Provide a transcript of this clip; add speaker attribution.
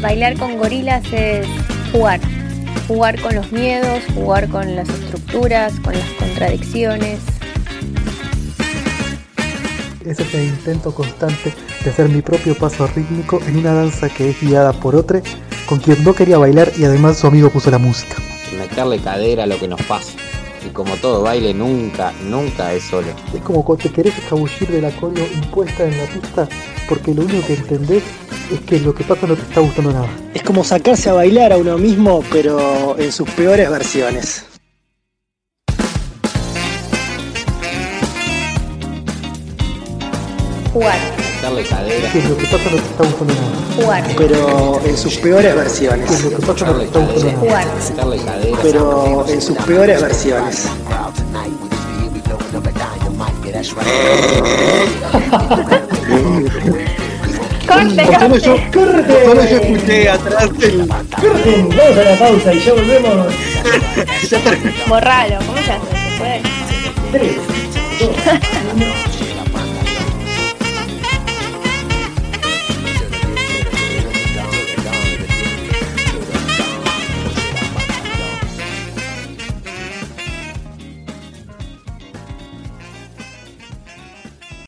Speaker 1: Bailar con gorilas es jugar. Jugar con los miedos, jugar con las estructuras, con las contradicciones.
Speaker 2: Es ese intento constante de hacer mi propio paso rítmico en una danza que es guiada por otro con quien no quería bailar y además su amigo puso la música.
Speaker 3: Meterle cadera a lo que nos pasa. Y como todo baile nunca, nunca es solo.
Speaker 2: Es como cuando te querés escabullir de la cola impuesta en la pista porque lo único que entendés es que lo que pasa no te está gustando nada.
Speaker 4: Es como sacarse a bailar a uno mismo, pero en sus peores versiones.
Speaker 1: Jugar,
Speaker 3: Meterle cadera.
Speaker 2: Que lo que pasa no te está gustando nada.
Speaker 1: jugar,
Speaker 4: Pero en sus peores
Speaker 2: Que
Speaker 4: versiones.
Speaker 2: lo que pasa no te
Speaker 3: Meterle
Speaker 2: está gustando nada.
Speaker 3: cadera.
Speaker 1: Jugar.
Speaker 3: Meterle cadera.
Speaker 4: Pero en sus peores versiones.
Speaker 1: corte, corte.
Speaker 5: Solo yo escuché atrás el.
Speaker 6: Vamos a la pausa y ya volvemos.
Speaker 1: Borralo, ¿cómo se hace? ¿Se puede?
Speaker 6: Tres, dos, uno.